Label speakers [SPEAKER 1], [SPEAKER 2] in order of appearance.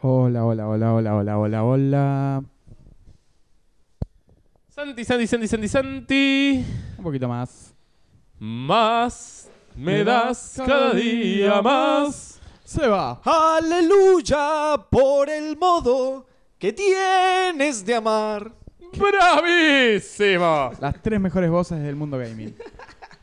[SPEAKER 1] Hola, hola, hola, hola, hola, hola, hola.
[SPEAKER 2] Santi, Santi, Santi, Santi, Santi.
[SPEAKER 1] Un poquito más.
[SPEAKER 2] Más me das cada día más.
[SPEAKER 1] Se va.
[SPEAKER 3] Aleluya por el modo que tienes de amar.
[SPEAKER 2] ¡Bravísimo!
[SPEAKER 1] Las tres mejores voces del mundo gaming.